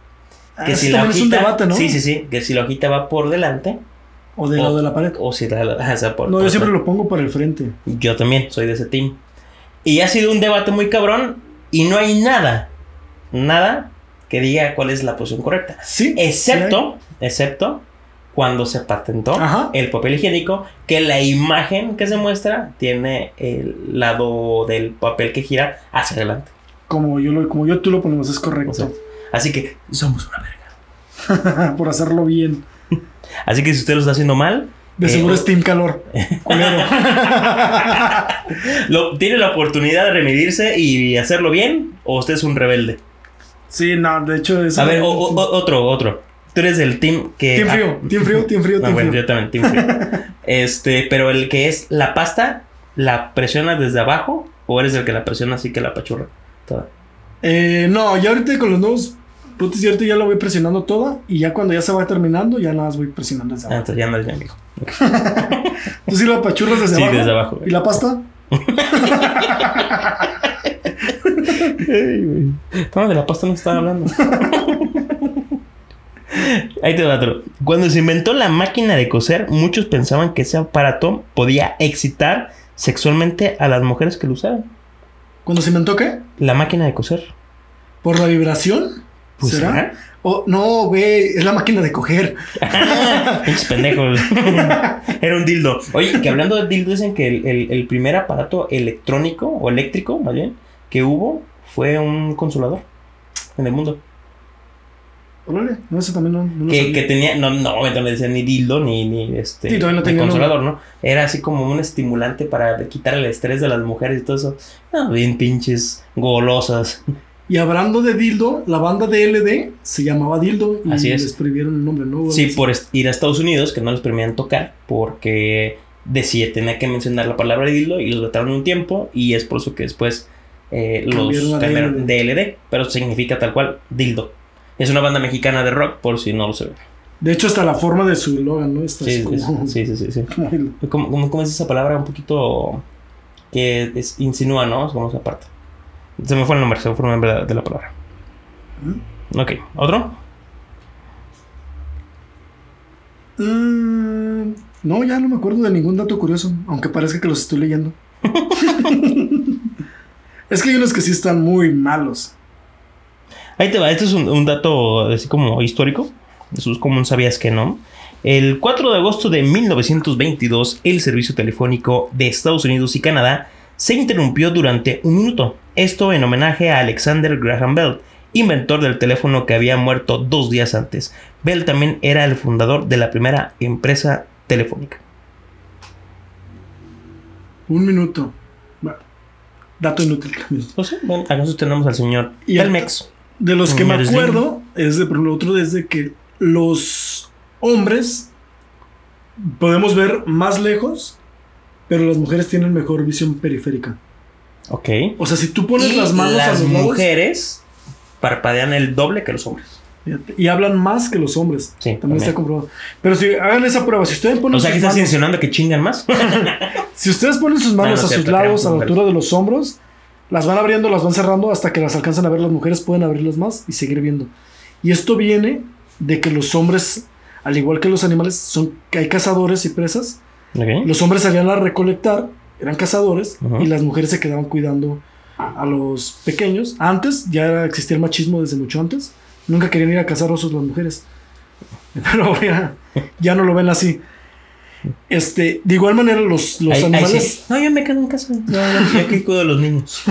Que
Ah, Eso
si la
también es
hojita,
un debate, ¿no?
Sí, sí, sí, que si la hojita va por delante
O del lado de la pared.
o si la... o sea, por-
No, yo
por-
siempre lo pongo para el frente.
yo también soy de ese team. Y ha sido un debate muy cabrón y no hay nada, nada que diga cuál es la posición correcta.
Sí.
Excepto, excepto cuando se patentó
Ajá.
el papel higiénico, que la imagen que se muestra tiene el lado del papel que gira hacia adelante.
sí hay. Como yo, lo, como yo tú lo ponemos, es correcto.
O sea, así que somos una verga.
[laughs] por hacerlo bien.
Así que si usted lo está haciendo mal,
De
Eh,
seguro es Team Calor. Culero.
lo, tiene la oportunidad de remidirse y hacerlo bien, o usted es un rebelde.
[laughs] Sí, no, de hecho es.
A ver, o- o- o- otro, otro. Tú eres del team que.
Team
ah,
frío, team frío, team frío,
no,
team
Ah, bueno,
[laughs] frío.
yo también, team frío. Este, pero el que es la pasta ¿la presionas desde abajo o eres el que la presiona así que la pachurra? toda?
Eh, no, ya ahorita con los nuevos prótesis, ahorita ya la voy presionando toda. Y ya cuando ya se va terminando, ya nada más voy presionando desde
Ah,
abajo.
entonces ya no es mi amigo.
¿Tú sí la pachurras desde
Sí,
abajo?
desde
[laughs]
abajo, güey.
¿Y la pasta?
No, de la pasta no estaba
[laughs]
hablando. Ahí te va otro. Cuando se inventó la máquina de coser, muchos pensaban que ese aparato podía excitar sexualmente a las mujeres que lo usaban.
¿Cuando se inventó qué?
La máquina de coser.
¿Por la vibración?
Pues,
¿Será?
ajá.
Oh, no, güey, es la máquina
[laughs]
de coger.
Pinches pendejos. [laughs] Era un dildo. Oye, que hablando de dildo, dicen que el, el- el primer aparato electrónico o eléctrico, más bien, que hubo fue un consolador en el mundo.
Órale, no, eso también no, no lo
que,
sabía.
que tenía, no, no, obviamente no le decían ni dildo ni, ni este
Sí, todavía no
ni
tenía
consolador, ¿no? Era así como un estimulante para quitar el estrés de las mujeres y todo eso. Ah, bien pinches golosas.
Y hablando de dildo, la banda de LD se llamaba dildo. Y
Así es.
Les prohibieron el nombre, ¿no?
Sí, por est- ir a Estados Unidos, que no les permitían tocar, porque decía, tenía que mencionar la palabra dildo y los vetaron un tiempo, y es por eso que después eh,
Cambiaron
los
a
cambiaron
DLD.
de LD, pero significa tal cual dildo. Es una banda mexicana de rock, por si no lo saben.
De hecho, hasta la forma de su logan, ¿no? Está
Sí,
así Pues como-
es- sí, sí, sí, sí.
[laughs] como dildo.
¿Cómo, cómo, cómo es esa palabra un poquito que es- insinúa, no? Vamos aparte. Se me fue el nombre, se me fue el nombre de la, de la palabra. Ok, ¿otro?
Mm, no, ya no me acuerdo de ningún dato curioso, aunque parezca que los estoy leyendo. [laughs] es que hay unos que sí están muy malos.
Ahí te va, este es un, un dato así como histórico. Eso es como un sabías que no. El 4 de agosto de 1922, el servicio telefónico de Estados Unidos y Canadá se interrumpió durante un minuto. Esto en homenaje a Alexander Graham Bell, inventor del teléfono que había muerto dos días antes. Bell también era el fundador de la primera empresa telefónica.
Un minuto. Bueno, dato inútil.
No sé, bueno, Pues acá nosotros tenemos al señor
Y el-
Telmex.
De los que me
Eres
acuerdo, es de por lo otro, desde que los hombres podemos ver más lejos, pero las mujeres tienen mejor visión periférica.
Ok.
O sea, si tú pones
Y
las manos a
las
los lados
mujeres parpadean el doble que los hombres.
fíjate, y hablan más que los hombres.
Sí,
también,
también.
está comprobado. Pero si hagan esa prueba, si ustedes ponen
O sea, que
sus
estás
manos,
insinuando que chingan más. [laughs]
si ustedes ponen sus manos
Ah, no
a
es
sus
cierto,
lados, a la
crean
altura de los hombros, las van abriendo, las van cerrando hasta que las alcanzan a ver. Las mujeres pueden abrirlas más y seguir viendo. Y esto viene de que los hombres, al igual que los animales, son que hay cazadores y presas.
Ok.
Los hombres salían a recolectar, eran cazadores,
Ajá.
y las mujeres se quedaban cuidando a los pequeños. Antes ya era- existía el machismo desde mucho antes. Nunca querían ir a cazar osos las mujeres. [laughs] Pero ahora ya, ya no lo ven así. Este, de igual manera, los, los
Ahí- ahí
animales.
sí. No, yo me quedo en casa. No, no, yo aquí cuido a los
[laughs]
niños.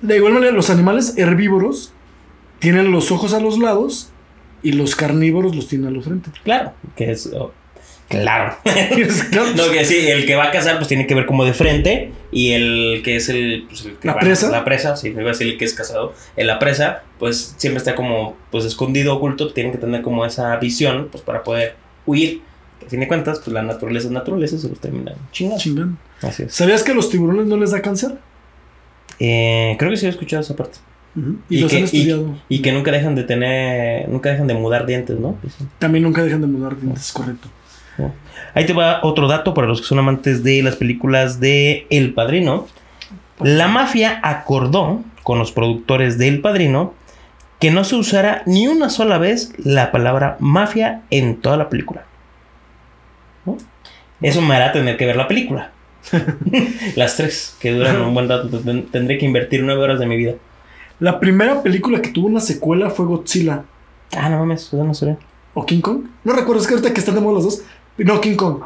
De igual manera, los animales herbívoros tienen los ojos a los lados y los carnívoros los tienen a
[laughs]
los frente. [laughs]
Claro. Que es. oh, claro.
Es claro,
No, que sí, el que va a cazar, pues tiene que ver como de frente. Y el que es el. pues, el que
¿La
va-
presa?
La presa, sí, me iba a decir el que es cazado. En la presa, pues siempre está como pues escondido, oculto. Tienen que tener como esa visión, pues para poder huir. Que a fin de cuentas, pues la naturaleza es naturaleza, se los termina chingando.
chingón.
Así es.
¿Sabías que a los tiburones no les da cáncer?
Eh, creo que sí he escuchado esa parte.
Ujú. Y,
Y
los
que-
han estudiado.
Y que nunca dejan de tener. Nunca dejan de mudar dientes, ¿no? Dicen.
También nunca dejan de mudar dientes, correcto.
Ahí te va otro dato para los que son amantes de las películas de El Padrino. La mafia acordó con los productores de El Padrino que no se usara ni una sola vez la palabra mafia en toda la película. ¿No? Eso me hará tener que ver la película. las tres, que duran un buen rato. Ten- Tendré que invertir nueve horas de mi vida.
La primera película que tuvo una secuela fue Godzilla
Ah, no mames, eso no se ve.
o King Kong. No recuerdo, es que ahorita que están de moda las dos. No, King Kong.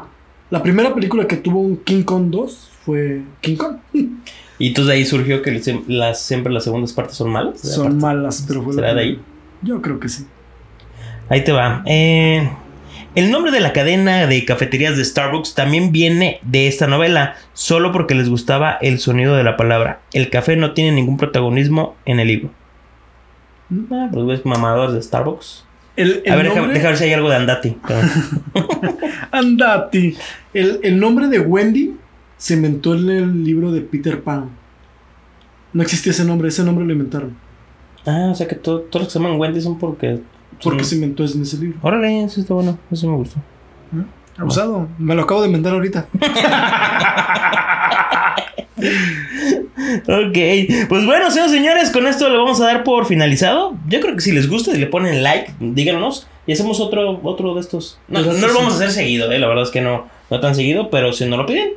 La primera película que tuvo un King Kong 2 fue King Kong.
Y entonces de ahí surgió que sem- las, siempre las segundas partes son malas.
Son
Aparte.
malas, pero fue la
¿Será de ahí?
primera. Yo creo que sí.
Ahí te va. Eh, el nombre de la cadena de cafeterías de Starbucks también viene de esta novela, solo porque les gustaba el sonido de la palabra. El café no tiene ningún protagonismo en el libro. Ah, pues güeyes mamadores de Starbucks.
El, el
A ver, deja,
nombre-
deja ver si hay algo de Andati. Pero-
Andati. El, el nombre de Wendy se inventó en el libro de Peter Pan. No existía ese nombre, ese nombre lo inventaron.
[laughs] Ah, o sea que todo- todos los que se llaman Wendy son porque.
Porque
son-
se inventó en ese libro.
Órale, eso está bueno, eso me gustó.
Abusado. Me lo acabo de inventar ahorita.
Ok, pues bueno, señores, señores, con esto lo vamos a dar por finalizado. Yo creo que si les gusta y le ponen like, díganos y hacemos otro, otro de estos. No,
Pero
no lo
sí.
vamos a hacer seguido, eh, la verdad es que no, no tan seguido, pero si no lo piden.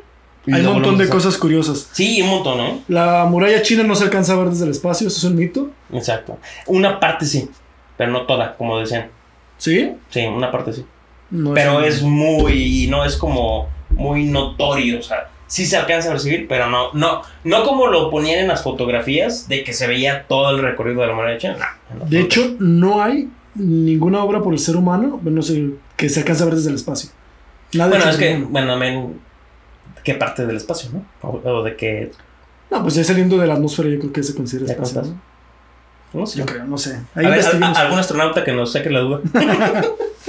Hay
lo
un montón
volvemos a
de
hacer.
cosas curiosas.
Sí, un montón, ¿eh?
La muralla china no se alcanza a ver desde el espacio, eso es un mito.
Exacto. Una parte sí, pero no toda, como decían.
¿Sí?
Sí, una parte sí.
No
Pero
un-
es muy, no es como muy notorio, o sea, sí se alcanza a recibir, pero no, no, no como lo ponían en las fotografías de que se veía todo el recorrido de la muralla china. No, no,
De
no.
hecho, no hay ninguna obra por el ser humano, no sé, que se alcance a ver desde el espacio. Nada
Bueno,
hecho
es
por
que,
humano.
bueno, men, ¿qué parte del espacio, no? O, o de qué,
No, pues ya saliendo de la atmósfera, yo creo que se considera
¿Ya
espacio.
contaste?
¿no?
no sé.
Yo creo, no sé.
A
Ahí
ver, a-
investiguemos,
a- algún astronauta que nos saque la duda. [laughs]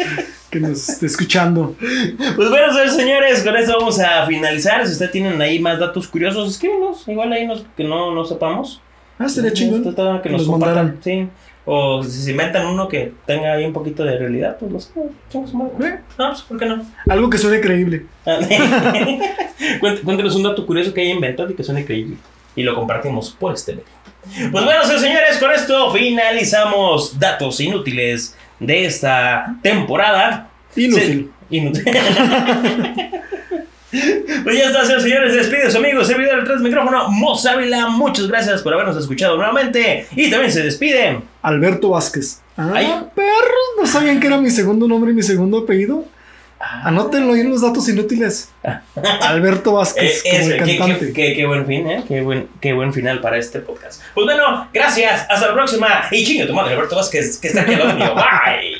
que nos esté escuchando.
Pues bueno, señores, señores, con esto vamos a finalizar. Si ustedes tienen ahí más datos curiosos, escríbenos. Igual ahí nos, que no, no sepamos. [laughs]
Ah, estaría chingón.
Está- está Que
que
nos,
nos
compartan, sí. O si se inventan uno que tenga ahí un poquito de realidad, pues los chingos, madre.
Eh,
No, pues, ¿por qué no?
Algo que suene creíble.
[laughs] Cuént- Cuéntenos un dato curioso que haya inventado y que suene creíble. Y lo compartimos por este medio. Pues bueno, sí, señores, con esto finalizamos datos inútiles de esta temporada.
Inútil.
Sí, inútil. [laughs] Pues ya está, señores, señores, despide su amigo, servidor del tres micrófono, Mos Ávila. Muchas gracias por habernos escuchado nuevamente. Y también se despide.
Alberto Vázquez. Ah,
Ay.
perros, no sabían que era mi segundo nombre y mi segundo apellido.
Ah.
Anótenlo ahí en los datos
[laughs]
inútiles. Alberto
Eh,
Vázquez, como
ese,
el
qué,
cantante.
qué- qué- qué buen fin, ¿eh? Qué buen, qué buen final para este
[laughs]
podcast. Pues bueno, gracias, hasta la próxima. Y chingue tu madre, Alberto Vázquez, que está aquí al lado mío. Bye.